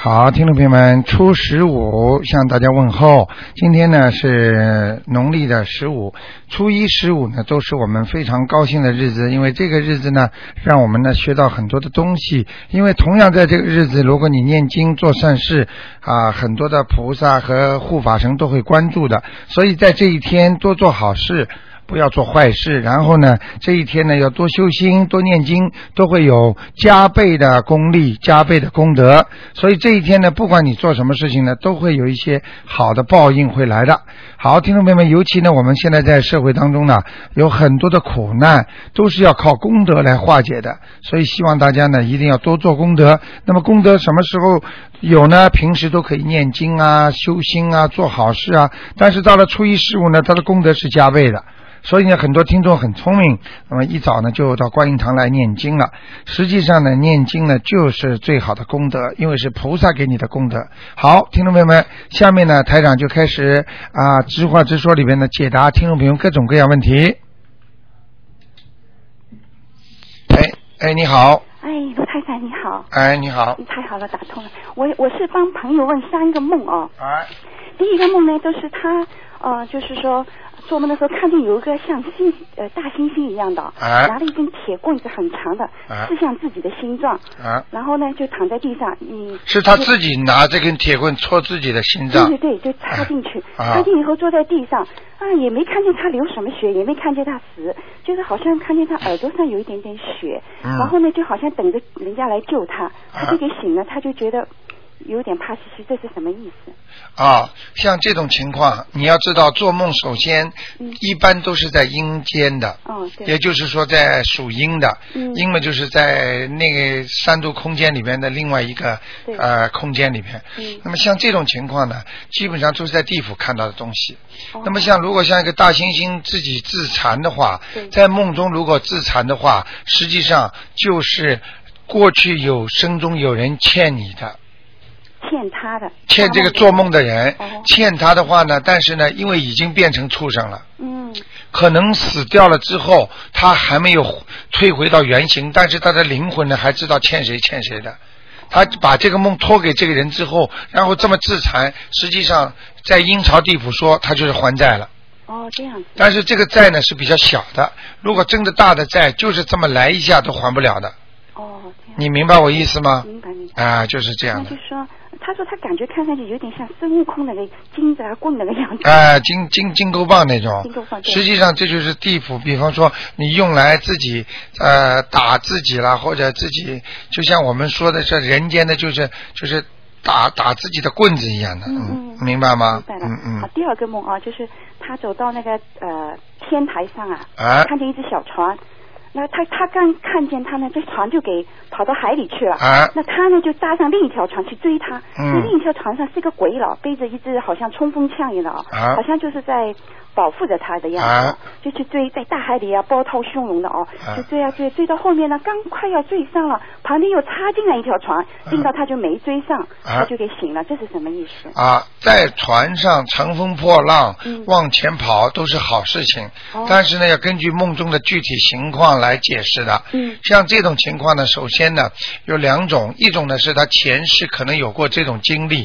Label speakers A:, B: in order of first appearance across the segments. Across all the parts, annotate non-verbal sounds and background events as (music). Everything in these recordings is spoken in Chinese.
A: 好，听众朋友们，初十五向大家问候。今天呢是农历的十五，初一、十五呢都是我们非常高兴的日子，因为这个日子呢，让我们呢学到很多的东西。因为同样在这个日子，如果你念经做善事啊，很多的菩萨和护法神都会关注的，所以在这一天多做好事。不要做坏事，然后呢，这一天呢要多修心、多念经，都会有加倍的功力、加倍的功德。所以这一天呢，不管你做什么事情呢，都会有一些好的报应会来的。好，听众朋友们，尤其呢，我们现在在社会当中呢，有很多的苦难都是要靠功德来化解的，所以希望大家呢一定要多做功德。那么功德什么时候有呢？平时都可以念经啊、修心啊、做好事啊，但是到了初一十五呢，它的功德是加倍的。所以呢，很多听众很聪明，那么一早呢就到观音堂来念经了。实际上呢，念经呢就是最好的功德，因为是菩萨给你的功德。好，听众朋友们，下面呢台长就开始啊直话直说里边呢解答听众朋友各种各样问题。哎哎，你好，
B: 哎，卢太太你好，
A: 哎你好，
B: 你太好了，打通了。我我是帮朋友问三个梦哦。
A: 哎
B: 第一个梦呢，就是他呃，就是说做梦的时候看见有一个像星呃大猩猩一样的，
A: 哎
B: 拿了一根铁棍子很长的
A: 哎，
B: 刺向自己的心脏，
A: 啊，
B: 然后呢就躺在地上，嗯，
A: 是他自己拿这根铁棍戳自己的心
B: 对
A: 脏
B: (laughs) 对，对，就插进去，
A: 啊
B: 插进以后坐在地上，啊，也没看见他流什么血，也没看见他死，就是好像看见他耳朵上有一点点血，
A: 嗯
B: 然后呢，就好像等着人家来救他，他就给醒了，他就觉得有点怕兮兮，这是什么意思？
A: 啊，像这种情况，你要知道，做梦首先
B: 嗯
A: 一般都是在阴间的，
B: 哦，对，
A: 也就是说在属阴的，
B: 嗯
A: 阴嘛就是在那个三度空间里边的另外一个
B: 对
A: 呃空间里边。
B: 嗯
A: 那么像这种情况呢，基本上都是在地府看到的东西。
B: 哦
A: 那么像如果像一个大猩猩自己自残的话
B: 对，
A: 在梦中如果自残的话，实际上就是过去有生中有人欠你的。
B: 欠他的，
A: 欠这个做梦的人
B: 哦，
A: 欠他的话呢，但是呢，因为已经变成畜生了，
B: 嗯，
A: 可能死掉了之后，他还没有退回到原形，但是他的灵魂呢，还知道欠谁欠谁的。他把这个梦托给这个人之后，然后这么自残，实际上在阴曹地府说他就是还债了。
B: 哦，这样子，
A: 但是这个债呢是比较小的，如果真的大的债，就是这么来一下都还不了的。
B: 哦，这样，
A: 你明白我意思吗？
B: 明白明白。
A: 啊，就是这
B: 那
A: 样的
B: 就。说，他说他感觉看上去有点像孙悟空那个金子啊棍那个样子。
A: 哎、金金金钩棒那种
B: 金钩啊棒，对
A: 实际上这就是地府。比方说，你用来自己呃打自己啦，或者自己就像我们说的这人间的，就是就是打打自己的棍子一样的，
B: 嗯嗯
A: 明白吗
B: 明？白了。
A: 嗯
B: 好
A: 嗯，，
B: 第二个梦啊，就是他走到那个呃天台上啊，
A: 哎
B: 看见一只小船，那他他刚看见他呢，这船就给跑到海里去了。
A: 哎
B: 那他呢就搭上另一条船去追他，
A: 嗯
B: 那另一条船上是个鬼佬，背着一只好像冲锋枪一样的啊，
A: 哎
B: 好像就是在保护着他的样子啊，
A: 哎
B: 就去追，在大海里啊波涛汹涌的哦，
A: 哎
B: 就追啊追，追到后面呢，刚快要追上了，旁边又插进来一条船，进到他就没追上，
A: 哎
B: 他就给醒了，这是什么意思？
A: 啊，在船上乘风破浪、
B: 嗯
A: 往前跑都是好事情，
B: 哦
A: 但是呢，要根据梦中的具体情况来解释的。
B: 嗯
A: 像这种情况呢，首先呢有两种，一种呢是他前世可能有过这种经历。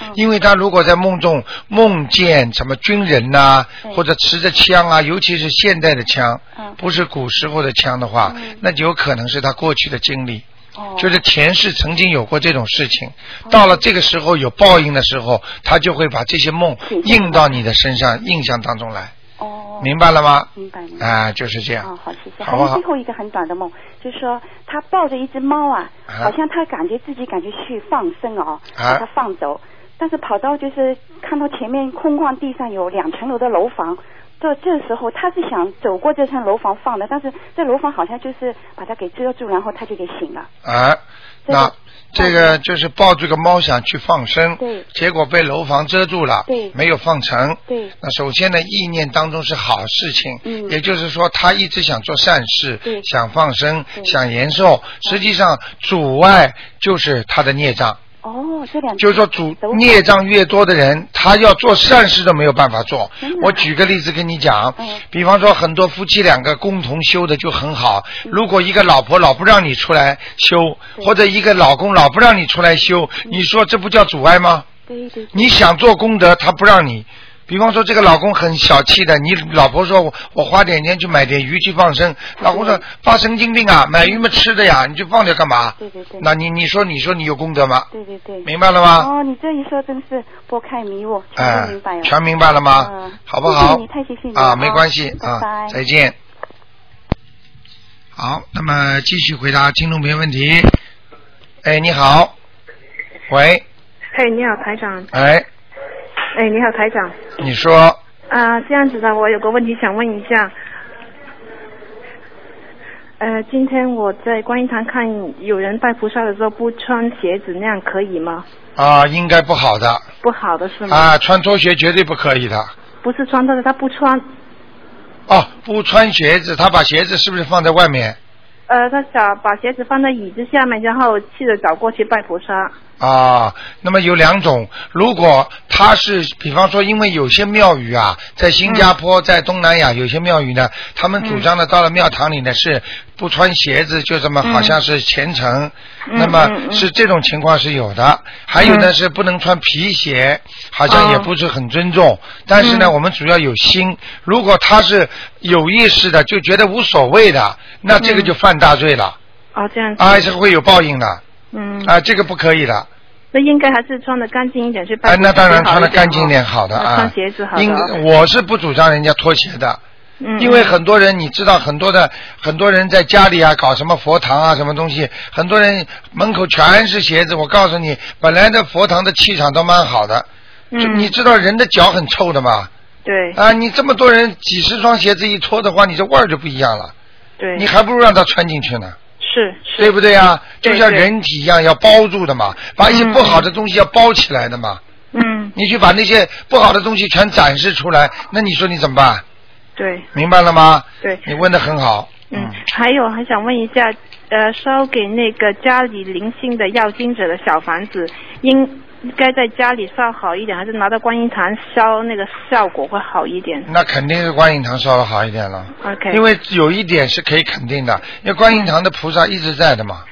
B: 嗯
A: 因为他如果在梦中梦见什么军人呐、
B: 对
A: 或者持着枪啊，尤其是现代的枪，
B: 嗯
A: 不是古时候的枪的话，
B: 嗯
A: 那就有可能是他过去的经历。
B: 哦，
A: 就是前世曾经有过这种事情，到了这个时候有报应的时候，他就会把这些梦
B: 请进
A: 印到你的身上、印象当中来，
B: 嗯哦，
A: 明白了吗？
B: 明白明白。
A: 啊，就是这
B: 哦
A: 样，。
B: 好，谢
A: 好
B: 谢。还
A: 不好
B: 有最后一个很短的梦，就是说他抱着一只猫啊，
A: 啊
B: 好像他感觉自己感觉去放生哦，
A: 啊
B: 把它放走，但是跑到就是看到前面空旷地上有两层楼的楼房。到这时候，他是想走过这层楼房放的，但是这楼房好像就是把他给遮住，然后他就给醒了。
A: 啊，
B: 哦这
A: 那
B: 个
A: 这个就是抱这个猫想去放生
B: 对，
A: 结果被楼房遮住了
B: 对，
A: 没有放成。
B: 对，
A: 那首先呢，意念当中是好事情，
B: 嗯
A: 也就是说他一直想做善事，
B: 对
A: 想放生，
B: 对嗯
A: 想延寿，实际上阻碍就是他的孽障。
B: 哦，这两
A: 就是说主
B: 都
A: 孽障越多的人，他要做善事都没有办法做
B: 真的。啊
A: 我举个例子跟你讲
B: 嗯，
A: 比方说很多夫妻两个共同修的就很好，如果一个老婆老不让你出来修，
B: 嗯对嗯
A: 或者一个老公老不让你出来修，你说这不叫阻碍吗？
B: 对对
A: 你想做功德，他不让你。比方说，这个老公很小气的，你老婆说我我花点钱去买点鱼去放生，老公
B: 嗯
A: 说发神经病啊，买鱼嘛吃的呀，你就放掉干嘛？
B: 对对对，
A: 那你你说你说你有功德吗？
B: 对对对，
A: 明白了吗？
B: 哦，你这一说真是拨开迷雾，全
A: 哎
B: 都明白了。
A: 全明白了吗？
B: 嗯
A: 好不好？
B: 谢谢你太谢谢你了
A: 啊，
B: 啊
A: 没关系
B: 拜
A: 啊
B: 拜，
A: 再见。好，那么继续回答听众朋友问题。哎，你好，喂，
C: 嘿，你好，台长。
A: 哎，
C: 哎，你好，台长。
A: 你说，
C: 啊、这样子的，我有个问题想问一下。呃，今天我在观音堂看有人拜菩萨的时候不穿鞋子，那样可以吗？
A: 啊，应该不好的
C: 不好的是吗？
A: 啊，穿拖鞋绝对不可以的。
C: 不是穿的，他不穿。
A: 哦，不穿鞋子，他把鞋子是不是放在外面
C: 呃，他想把鞋子放在椅子下面，然后气得找过去拜菩萨。
A: 啊？那么有两种，如果他是，比方说，因为有些庙宇啊，在新加
C: 嗯
A: 坡、在东南亚有些庙宇呢，他们主张呢，到了庙堂
C: 嗯
A: 里呢是不穿鞋子，就这么好像是虔诚，
C: 嗯
A: 那么
C: 嗯嗯
A: 是这种情况是有的。还有呢
C: 嗯
A: 是不能穿皮鞋，好像也
C: 哦
A: 不是很尊重。但是呢，
C: 嗯
A: 我们主要有心，如果他是有意识的，就觉得无所谓的，那这个
C: 嗯
A: 就犯大罪了。
C: 哦，这样子。
A: 啊，是会有报应的
C: 嗯。
A: 啊，这个不可以的。
C: 那应该还是穿的干净一点去拜
A: 啊，
C: 菩萨
A: 那
C: 会好一点哦。哦
A: 当然穿的干净一点好的
C: 那
A: 啊。
C: 穿鞋子好的
A: 应
C: 哦。
A: 我是不主张人家脱鞋的，
C: 嗯。
A: 因为很多人你知道，很多的很多人在家里啊搞什么佛堂啊什么东西，很多人门口全是鞋子。我告诉你，本来的佛堂的气场都蛮好的，
C: 嗯
A: 就你知道人的脚很臭的嘛？
C: 对
A: 啊，你这么多人几十双鞋子一脱的话，你这味儿就不一样了，
C: 对
A: 你还不如让他穿进去呢。
C: 是是
A: 对不对啊？
C: 对
A: 就像人体一样，要包住的嘛，把一些不好的东西要包起来的嘛。
C: 嗯
A: 你去把那些不好的东西全展示出来，那你说你怎么办？
C: 对
A: 明白了吗？
C: 对
A: 你问的很好。
C: 嗯，还有还想问一下，呃，烧给那个家里灵性的要经者的小房子，应该在家里烧好一点，还是拿到观音堂烧那个效果会好一点
A: 嗯那肯定是观音堂烧的好一点了。
C: ？OK，
A: 因为有一点是可以肯定的，因为观音堂的菩萨一直在的嘛。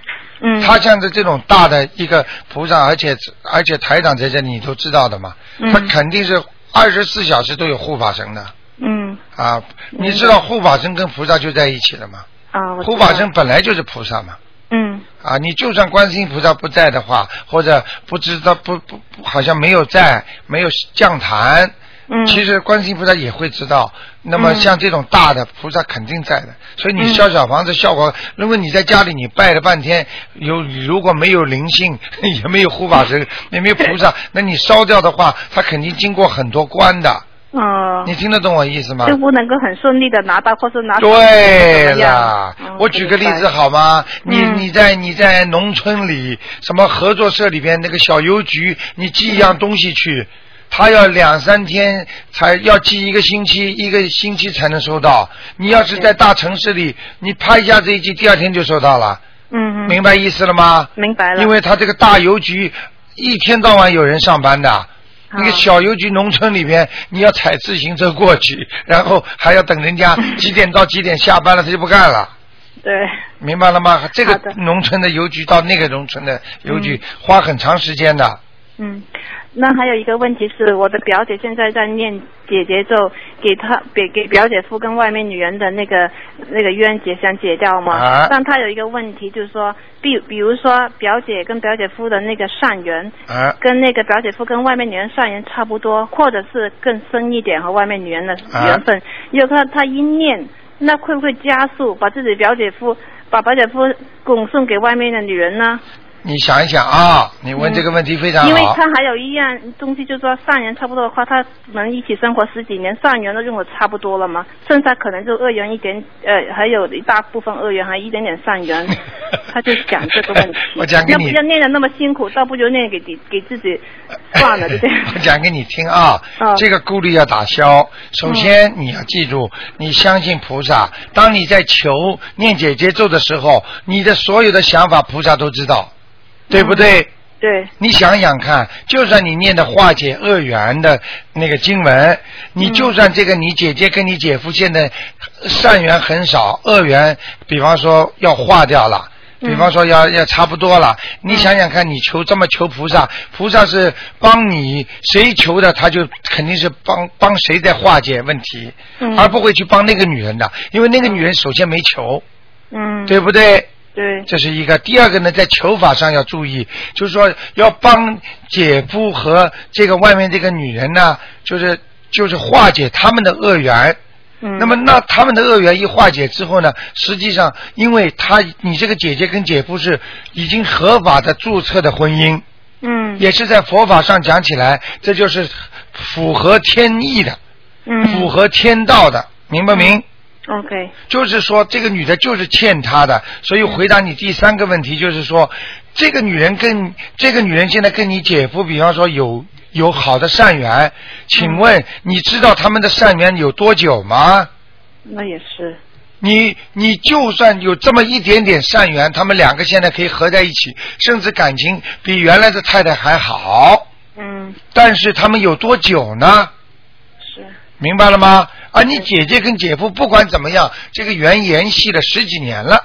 C: 嗯，
A: 他像是这种大的一个菩萨，而且而且台长在这里你都知道的嘛，
C: 嗯
A: 他肯定是二十四小时都有护法神的
C: 嗯
A: 啊。你
C: 嗯
A: 知道护法神跟菩萨就在一起了嘛？
C: 啊，我知
A: 护
C: 道
A: 法神本来就是菩萨嘛，
C: 嗯
A: 啊，你就算观世音菩萨不在的话，或者不知道不不不好像没有在，没有降坛，
C: 嗯，
A: 其实观世音菩萨也会知道。那么
C: 嗯
A: 像这种大的菩萨肯定在的，所以你
C: 嗯
A: 烧小房子效果，如果你在家里你拜了半天，有如果没有灵性， (laughs) 也没有护法神，也没有菩萨，那你烧掉的话，它肯定经过很多关的。
C: 呃，
A: 你听得懂我意思吗？
C: 就不能够很顺利的拿到，或是拿
A: 对
C: 了
A: 啦，，我举个例子好吗？你
C: 嗯
A: 你在你在农村里，什么合作社里边那个小邮局，你寄一
C: 嗯
A: 样东西去，他要两三天才要寄一个星期，一个星期才能收到。你要是在
C: 嗯
A: 大城市里，你拍一下这一寄，第二天就收到了，
C: 嗯嗯，
A: 明白意思了吗？
C: 明白了，
A: 因为他这个大邮局一天到晚有人上班的。
C: 啊
A: 那个小邮局农村里边，你要踩自行车过去，然后还要等人
C: (laughs)
A: 家几点到几点下班了，他就不干了，
C: 对
A: 明白了吗？这
C: 好
A: 个
C: 的
A: 农村的邮局到那个农村的邮局、花很长时间的。
C: 嗯，那还有一个问题是，我的表姐现在在念姐姐咒，给她给给表姐夫跟外面女人的那个那个冤结想解掉嘛？
A: 啊
C: 但她有一个问题，就是说，比比如说表姐跟表姐夫的那个善缘，
A: 啊
C: 跟那个表姐夫跟外面女人善缘差不多，或者是更深一点和外面女人的缘分。有个她一念，那会不会加速把自己表姐夫把表姐夫拱送给外面的女人呢？
A: 你想一想啊，你问这个问题非常好。，
C: 嗯因为他还有一样东西，就是说善缘差不多的话，他们一起生活十几年，善缘都用的差不多了嘛，剩下可能就恶缘一点，呃，还有一大部分恶缘，还一点点善缘他就讲这个问题
A: (laughs) 。我讲给
C: 要
A: 你
C: 不要念的那么辛苦，倒不如念给给给自己算了，对不对
A: (laughs) ？我讲给你听
C: (laughs)
A: 啊，
C: 嗯
A: 这个顾虑要打消。首先你要记住，你相信菩萨。当你在求念姐姐咒的时候，你的所有的想法菩萨都知道，对不对？
C: 对，
A: 你想想看，就算你念的化解恶缘的那个经
C: 嗯
A: 文，你就算这个你姐姐跟你姐夫现在善缘很少，恶缘比方说要化掉了。
C: 嗯
A: 比方说要要差不多了，你想想看，你求这么求菩萨，菩萨是帮你谁求的，他就肯定是帮帮谁在化解问题，
C: 嗯
A: 而不会去帮那个女人的，因为那个女人首先没求，
C: 嗯，
A: 对不对？
C: 对，
A: 这是一个。第二个呢，在求法上要注意，就是说要帮姐夫和这个外面这个女人呢，就是就是化解他们的恶缘。
C: 嗯，
A: 那么，那他们的恶缘一化解之后呢，实际上，因为他你这个姐姐跟姐夫是已经合法的注册的婚姻，
C: 嗯，
A: 也是在佛法上讲起来，这就是符合天意的，
C: 嗯，
A: 符合天道的，明不明？
C: ，OK，
A: 就是说，这个女的就是欠他的，所以回答你第三个问题，就是说，这个女人跟这个女人现在跟你姐夫，比方说有有好的善缘，请问你知道他们的善缘有多久吗？
C: 那也是，
A: 你你就算有这么一点点善缘，他们两个现在可以合在一起，甚至感情比原来的太太还好。
C: 嗯，
A: 但是他们有多久呢？
C: 是，
A: 明白了吗？啊，你姐姐跟姐夫不管怎么样，这个缘延续了十几年了，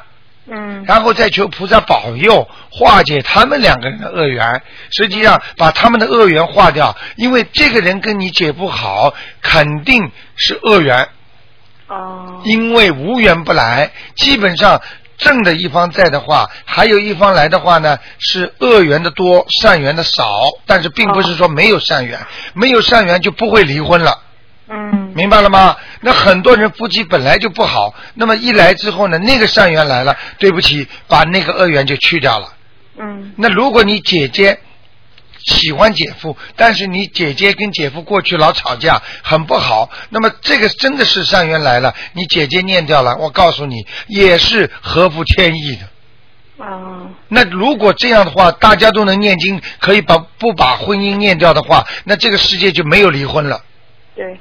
C: 嗯，
A: 然后再求菩萨保佑化解他们两个人的恶缘，实际上把他们的恶缘化掉，因为这个人跟你姐夫好，肯定是恶缘。
C: 哦，
A: 因为无缘不来，基本上正的一方在的话，还有一方来的话呢，是恶缘的多，善缘的少。但是并不是说没有善缘，没有善缘就不会离婚了，
C: 嗯，
A: 明白了吗？那很多人夫妻本来就不好，那么一来之后呢，那个善缘来了，对不起，把那个恶缘就去掉了。
C: 嗯，
A: 那如果你姐姐喜欢姐夫，但是你姐姐跟姐夫过去老吵架，很不好。那么这个真的是善缘来了，你姐姐念掉了，我告诉你，也是合乎天意的。
C: 哦，
A: 那如果这样的话，大家都能念经，可以把不把婚姻念掉的话，那这个世界就没有离婚了。
C: 对，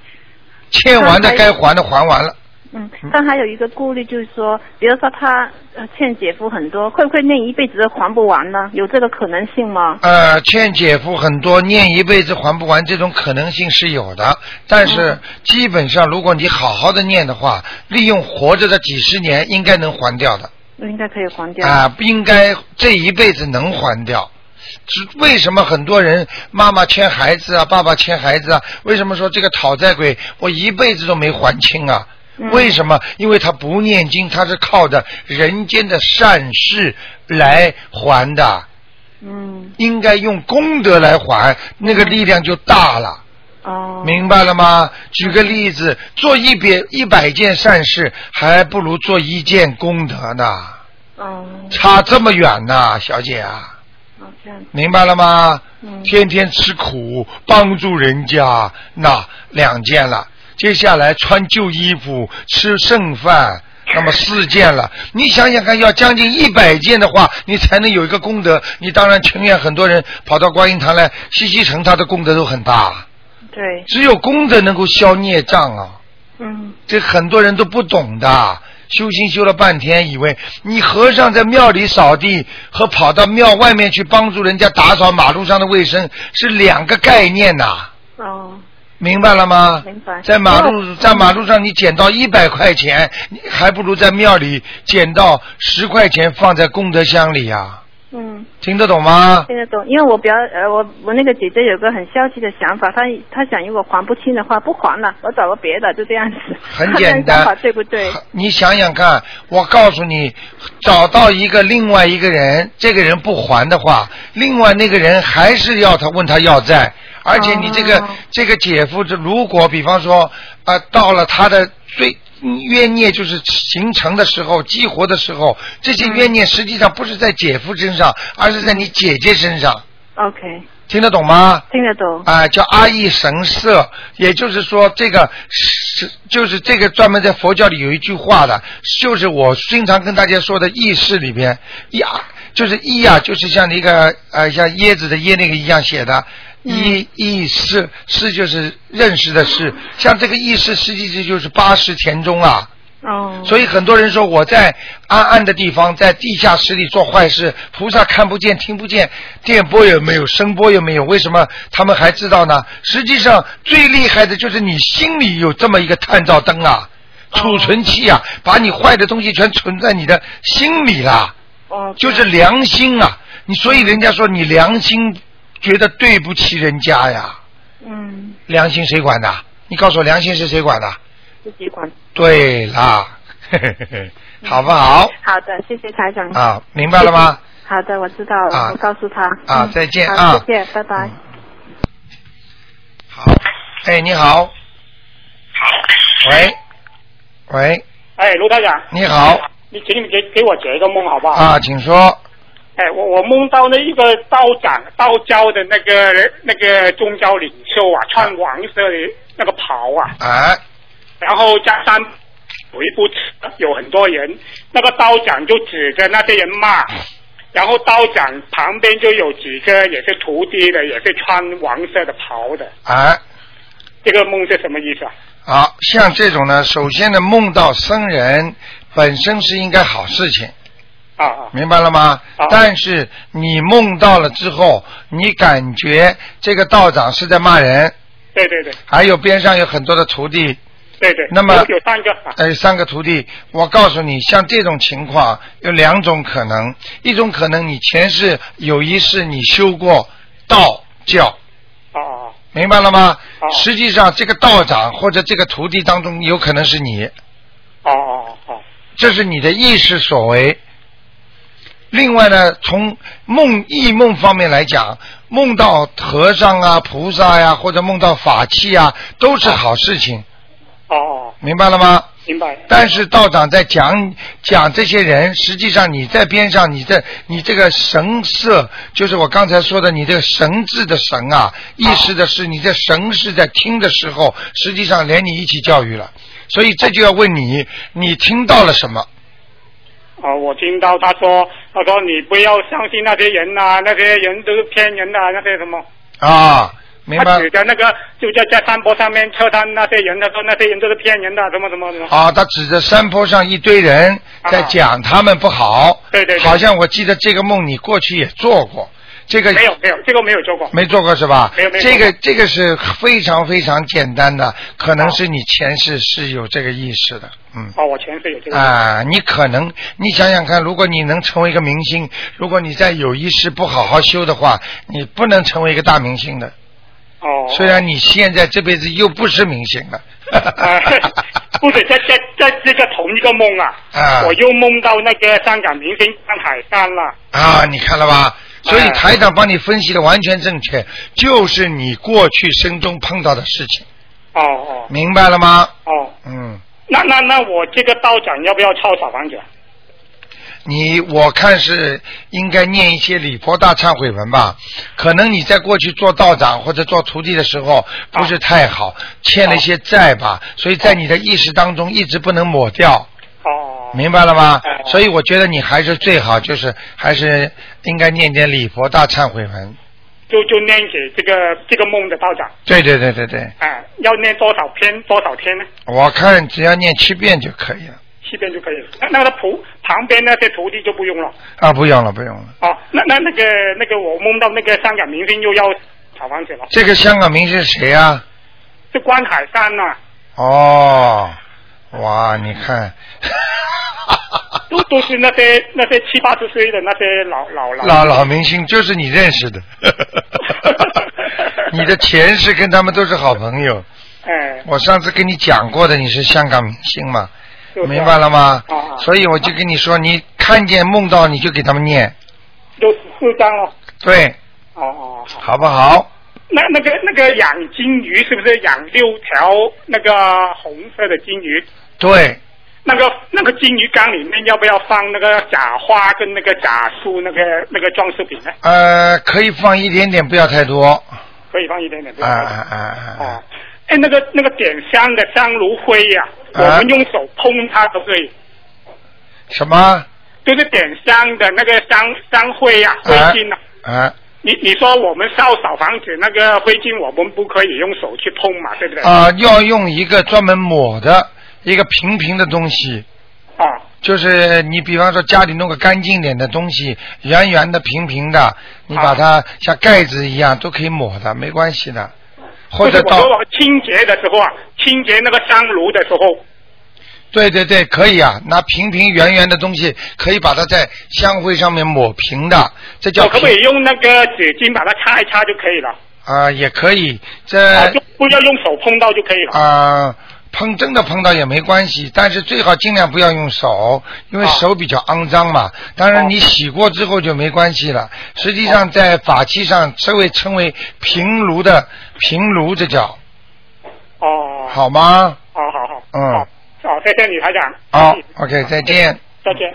A: 欠完的
C: 那还
A: 该还的还完了，
C: 嗯，但还有一个顾虑就是说，比如说他呃欠姐夫很多，会不会念一辈子都还不完呢？有这个可能性吗？
A: 呃，欠姐夫很多，念一辈子还不完，这种可能性是有的。但是基本上，如果你好好的念的话，利用活着的几十年，应该能还掉的
C: 应该可以还掉。
A: 啊、不应该这一辈子能还掉。只为什么很多人妈妈欠孩子啊，爸爸欠孩子啊？为什么说这个讨债鬼我一辈子都没还清啊？
C: 嗯
A: 为什么？因为他不念经，他是靠着人间的善事来还的。
C: 嗯，
A: 应该用功德来还，那个力量就大了，
C: 哦，
A: 明白了吗？举个例子，做一百一百件善事，还不如做一件功德呢，
C: 哦，
A: 差这么远呢，小姐啊，
C: 哦，这样，
A: 明白了吗？
C: 嗯，
A: 天天吃苦，帮助人家，那两件了。接下来穿旧衣服，吃剩饭，那么四件了。你想想看，要将近一百件的话，你才能有一个功德。你当然情愿很多人跑到观音堂来，西西城他的功德都很大，
C: 对，
A: 只有功德能够消孽障啊。
C: 嗯，
A: 这很多人都不懂的，修心修了半天，以为你和尚在庙里扫地和跑到庙外面去帮助人家打扫马路上的卫生是两个概念呐、
C: 哦，
A: 明白了吗？
C: 明白
A: 在马
C: 因
A: 路
C: 为
A: 在马路上你捡到一百块钱，你还不如在庙里捡到十块钱放在功德箱里呀、
C: 嗯。
A: 听得懂吗？
C: 听得懂，因为我表呃，我我那个姐姐有个很消极的想法，她她想如果还不清的话，不还了，我找个别的，就这样子。 (laughs)
A: 很
C: 她这样
A: 简单
C: 想法，对不对？
A: 你想想看，我告诉你，找到一个另外一个人，这个人不还的话，另外那个人还是要他问他要债，而且你这个、
C: 哦
A: 这个姐夫，这如果比方说啊、到了他的最冤孽就是形成的时候、激活的时候，这
C: 嗯
A: 些冤孽实际上不是在姐夫身上，而是在你姐姐身上，
C: OK，
A: 听得懂吗？
C: 听得懂。
A: 啊、叫阿育神社，也就是说，这个是就是这个专门在佛教里有一句话的，就是我经常跟大家说的意识里边，一啊就是一啊，就是像那个呃像椰子的椰那个一样写的。意意识是就是认识的是，像这个意识实际上就是八识田中啊，
C: 哦，
A: 所以很多人说我在暗暗的地方，在地下室里做坏事，菩萨看不见、听不见，电波也没有，声波也没有，为什么他们还知道呢？实际上最厉害的就是你心里有这么一个探照灯啊，储存器啊，把你坏的东西全存在你的心里啦，
C: 哦，
A: 就是良心啊。你所以人家说你良心觉得对不起人家呀，
C: 嗯，
A: 良心谁管的？你告诉我，良心是谁管的？
C: 自己管。
A: 对啦， (laughs) 嘿嘿嘿好不好？
C: 好的，谢谢台长。
A: 啊，明白了吗？
C: 好的，我知道了，
A: 啊
C: 我告诉他。
A: 啊
C: 嗯
A: 再见
C: 好
A: 啊
C: 谢谢，拜拜。
A: 嗯好，哎，你好，喂，喂，
D: 哎，卢台长，
A: 你好
D: 你请你们给给我解一个梦好不好？
A: 啊，请说，
D: 哎，我我梦到那一个道长，道教的那个那个宗教领袖啊，穿黄色的那个袍啊，
A: 哎，
D: 然后加上有一部车，有很多人，那个道长就指着那些人骂，然后道长旁边就有几个也是徒弟的，也是穿黄色的袍的，
A: 哎，
D: 这个梦是什么意思啊？
A: 好像这种呢，首先呢，梦到僧人本身是应该好事情，
D: 啊啊
A: 明白了吗
D: 好？
A: 但是你梦到了之后，你感觉这个道长是在骂人，
D: 对对对
A: 还有边上有很多的徒弟，
D: 对对，
A: 那么
D: 有有三个啊，
A: 呃，三个徒弟，我告诉你，像这种情况有两种可能，一种可能你前世有一世你修过道教，呃
D: 哦哦
A: 明白了吗
D: 好？
A: 实际上，这个道长或者这个徒弟当中有可能是你，
D: 哦哦哦
A: 这是你的意识所为。另外呢，从梦异梦方面来讲，梦到和尚啊、菩萨呀、或者梦到法器啊，都是好事情，
D: 哦哦，
A: 明白了吗？
D: 明白。
A: 但是道长在讲讲这些人，实际上你在边上，你这你这个神色，就是我刚才说的，你这个神智的神啊，意识的是你这神是在听的时候，实际上连你一起教育了。所以这就要问你，你听到了什么？
D: 哦，我听到他说，他说你不要相信那些人呐、那些人都是骗人的、那些什么。
A: 啊，明
D: 他
A: 白
D: 指？着那个就在在山坡上面测探那些人，他说那些人都是骗人的，什么什么什么。
A: 啊，他指着山坡上一堆人在讲他们不好。
D: 啊对对对
A: 好像我记得这个梦，你过去也做过。这个
D: 没有没有，这个没有做过。
A: 哎没做过是吧？
D: 没有没有
A: 这个
D: 做过
A: 这个是非常非常简单的，可能是你前世是有这个意识的，嗯。
D: 哦，我前世有这个。
A: 啊，你可能，你想想看，如果你能成为一个明星，如果你在有一世不好好修的话，你不能成为一个大明星的。
D: 哦。
A: 虽然你现在这辈子又不是明星了。
D: 啊， (laughs) (laughs) 不是在在在这个同一个梦啊，
A: 啊
D: 我又梦到那个香港明星张海山了。
A: (laughs) 啊，你看了吧？所以
D: 哎
A: 台长帮你分析的完全正确，就是你过去生中碰到的事情，
D: 哦哦
A: 明白了吗？
D: 哦，
A: 嗯。
D: 那那那我这个道长要不要抄小房子啊？
A: 你我看是应该念一些礼佛大忏悔文吧，可能你在过去做道长或者做徒弟的时候不是太好，欠了一些债吧，所以在你的意识当中一直不能抹掉，
D: 哦，
A: 明白了吗
D: 哦？
A: 所以我觉得你还是最好就是还是应该念点礼佛大忏悔文。
D: 就就念给这个这个梦的道长。
A: 对对对对对，
D: 啊，要念多少篇多少天呢？
A: 我看只要念七遍就可以了
D: 七遍就可以了。那那个徒旁边那些徒弟就不用了。
A: 啊，不用了不用了。
D: 哦，那那那个那个，我梦到那个香港明星又要炒房子了，
A: 这个香港名是谁啊？
D: 是关海山啊呐、
A: 哦，哇，你看。 (laughs)
D: 都都是那些那些七八十岁的那些老老老。
A: 老老明星就是你认识
D: (laughs)
A: 的，你的前世跟他们都是好朋友。
D: 哎，
A: 我上次跟你讲过的，你是香港明星嘛，
D: 就是
A: 明白了吗
D: 啊啊？
A: 所以我就跟你说，你看见梦到你就给他们念，
D: 就就这样咯。
A: 对，
D: 哦哦，好
A: 好不好？
D: 那那个那个养金鱼是不是养六条那个红色的金鱼？
A: 对，
D: 那个那个金鱼缸里面要不要放那个假花跟那个假树那个那个装饰品呢？
A: 呃，可以放一点点，不要太多。
D: 可以放一点点。不
A: 啊
D: 要太多
A: 啊啊啊！
D: 哦，哎，那个那个点香的香炉灰呀、
A: 啊
D: 我们用手碰它都可以，
A: 什么？啊
D: 就是点香的那个香香灰呀、灰
A: 啊
D: 烬啊。
A: 啊
D: 你你说我们烧小房子那个灰烬，我们不可以用手去碰嘛，对不对？
A: 啊！要用一个专门抹的。一个平平的东西，
D: 啊，
A: 就是你比方说家里弄个干净点的东西，圆圆的、平平的，你把它像盖子一样都可以抹的，没关系的。或者
D: 就是我
A: 到
D: 说清洁的时候啊，清洁那个香炉的时候，
A: 对对对，可以啊，拿平平圆圆的东西可以把它在香灰上面抹平的，这叫
D: 我哦可不可
A: 平
D: 以用那个纸巾把它擦一擦就可以了？
A: 啊、也可以，
D: 啊，
A: 这
D: 就不要用手碰到就可以了。
A: 呃啊、碰真的碰到也没关系，但是最好尽量不要用手，因为
E: 啊
D: 哦
A: 手比较肮脏嘛。当然
D: 哦
A: 你洗过之后就没关系了。实际
E: 哦
A: 上在法器上，这位称为平炉的平炉，这叫
D: 哦，
A: 好吗？
D: 好好好，
A: 嗯
E: 哦
D: 好，好，谢谢你台长。
A: 好、o k 再见。
D: 再见。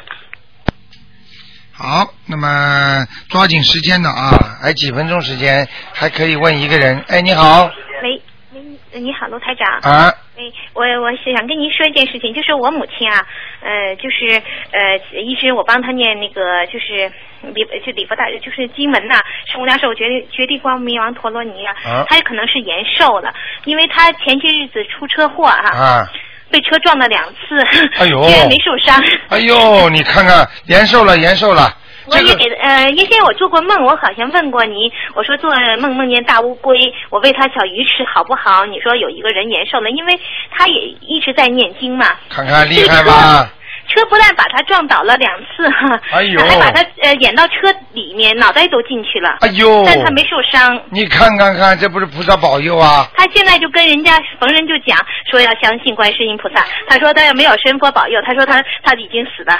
A: 好，那么抓紧时间了啊，还几分钟时间，还可以问一个人。哎，你好
E: 喂，喂，你好，卢台长。
A: 啊，
E: 哎，我我是想跟您说一件事情，就是我母亲啊，呃，就是呃，一直我帮她念那个就是礼就礼佛大就是经文呐、圣无量寿决定决定光明王陀罗尼啊
A: 啊，
E: 她也可能是延寿了，因为她前些日子出车祸啊，
A: 啊，
E: 被车撞了两次，
A: 哎
E: (laughs)
A: 呦
E: 虽然没受伤。
A: 哎呦，你看看，延寿了，延寿了。
E: 我
A: 这
E: 也
A: 个
E: 给呃，原先我做过梦，我好像问过你，我说做梦梦见大乌龟，我喂它小鱼吃好不好？你说有一个人延寿了，因为他也一直在念经嘛。
A: 看看厉害吧？
E: 车不但把他撞倒了两次，哈，
A: 哎呦
E: 还把他呃演到车里面，脑袋都进去了，
A: 哎呦，
E: 但他没受伤。
A: 你看看看，这不是菩萨保佑啊！
E: 他现在就跟人家逢人就讲说要相信观世音菩萨，他说他要没有神佛保佑，他说他他已经死了。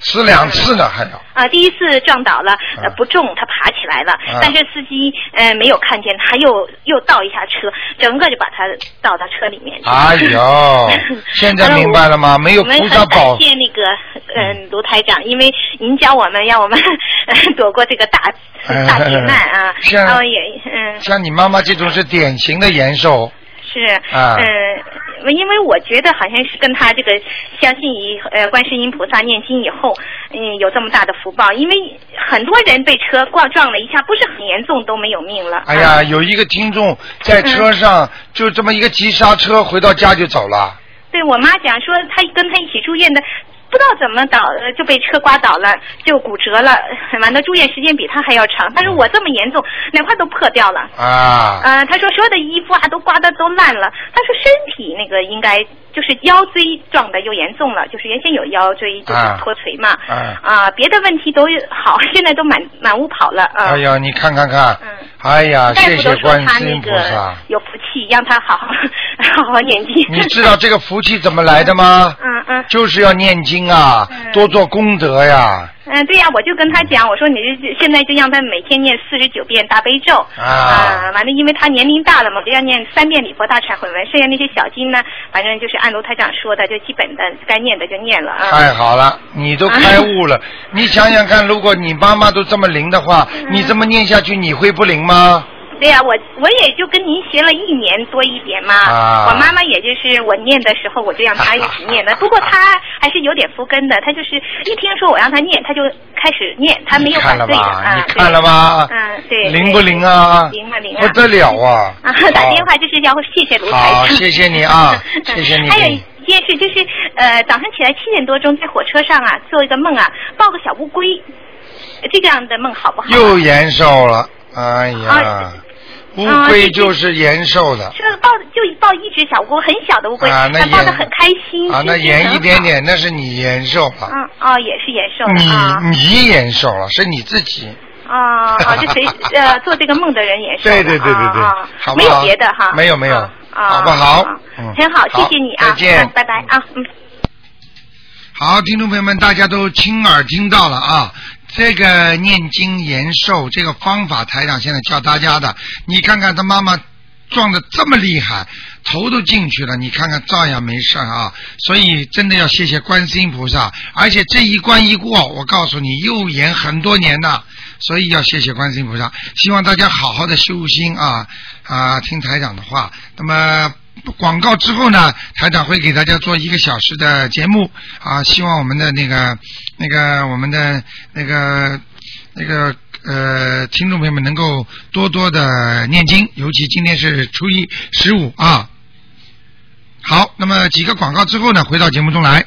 A: 死两次呢，还要
E: 啊，第一次撞倒了，呃
A: 啊，
E: 不重，他爬起来了，
A: 啊
E: 但是司机呃没有看见他，又又倒一下车，整个就把他倒到车里面去。，
A: 哎呦
E: (laughs)
A: 现在明白了吗？没有
E: 我们
A: 菩
E: 很
A: 萨
E: 感
A: 保，
E: 谢那个嗯卢台长，因为您教我们，让我们 (laughs) 躲过这个大
A: 哎
E: 大劫难啊，
A: 是啊
E: 然后也嗯
A: 像你妈妈这种是典型的延寿，
E: 是
A: 啊
E: 嗯，因为我觉得好像是跟他这个相信以呃观世音菩萨念经以后，嗯有这么大的福报，因为很多人被车撞撞了一下，不是很严重都没有命了。
A: 哎
E: 啊
A: 呀，有一个听众在车上就这么一个急刹车，回到家就走了。
E: 对我妈讲说，她跟她一起住院的，不知道怎么倒呃就被车刮倒了，就骨折了，完了住院时间比她还要长。她说我这么严重，哪块都破掉了。
A: 啊，
E: 呃，她说所有的衣服啊都刮的都烂了。她说身体那个应该就是腰椎撞的又严重了，就是原先有腰椎就是
A: 啊
E: 脱垂嘛。
A: 啊
E: 别的问题都好，现在都满满屋跑了啊。
A: 哎呀，你看看看
E: 嗯，
A: 哎呀，
E: 大
A: 谢
E: 夫
A: 谢
E: 都说
A: 观
E: 她
A: 世
E: 那
A: 音菩
E: 个 (laughs)
A: 萨。
E: 有福气，让她好好 (laughs) 好好念经。
A: 你知道这个福气怎么来的吗？
E: (laughs) 嗯嗯
A: 就是要念经啊，
E: 嗯
A: 多做功德呀。
E: 嗯，对呀、我就跟他讲，我说你这现在就让他每天念四十九遍大悲咒
A: 啊
E: 完了，因为他年龄大了嘛，就要念三遍礼佛大忏悔文，剩下那些小经呢，反正就是按卢台长说的，就基本的该念的就念了啊。
A: 太哎好了，你都开悟了。你想想看，如果你妈妈都这么灵的话，
E: 嗯
A: 你这么念下去，你会不灵吗？
E: 对呀、我我也就跟您学了一年多一点嘛。
A: 啊
E: 我妈妈也就是我念的时候，我就让她一直念的。不过她还是有点福根的，她就是一听说我让她念，她就开始念，她没
A: 你
E: 有
A: 看
E: 反
A: 了
E: 对的
A: 吧？
E: 啊。
A: 你看了吧？
E: 嗯对
A: 灵不灵啊？
E: 灵啊灵啊
A: 不得了啊！
E: 啊， (laughs) 打电话就是要谢谢卢
A: 好。
E: 台长。嗯
A: 好，谢谢你啊，谢谢你。
E: 还有一件事就是，呃，早上起来七点多钟在火车上啊，做一个梦啊，抱个小乌龟，这样的梦好不好？
A: 哦又延寿了，哎呀
E: 啊，
A: 乌
E: 啊
A: 龟
E: 这
A: 就是延寿的。
E: 是抱就抱一只小乌龟，很小的乌龟，
A: 啊，那
E: 但抱得
A: 延
E: 很开心，
A: 啊，那
E: 心情很
A: 延
E: 好
A: 一点。点，那是你延寿了。
E: 嗯，哦，也是延寿的啊
A: 你你延寿了，是你自己。
E: 啊啊！就谁呃做这个梦的人延寿的
A: 对对对对对
E: 啊
A: 好
E: 啊
A: 不
E: 没
A: 好
E: 有别的哈，
A: 没有没有
E: 啊
A: 好不好
E: 啊
A: 嗯
E: 很好，谢
A: 好
E: 谢你啊，
A: 再见
E: 嗯拜拜啊，嗯。
A: 好，听众朋友们，大家都亲耳听到了啊。这个念经延寿这个方法，台长现在教大家的。你看看他妈妈撞得这么厉害，头都进去了，你看看照样没事儿啊。所以真的要谢谢观世音菩萨，而且这一关一过，我告诉你，又延很多年呐、所以要谢谢观世音菩萨，希望大家好好的修心啊啊，听台长的话。那么广告之后呢，台长会给大家做一个小时的节目啊，希望我们的那个那个我们的那个那个呃听众朋友们能够多多的念经，尤其今天是初一十五啊。好，那么几个广告之后呢，回到节目中来。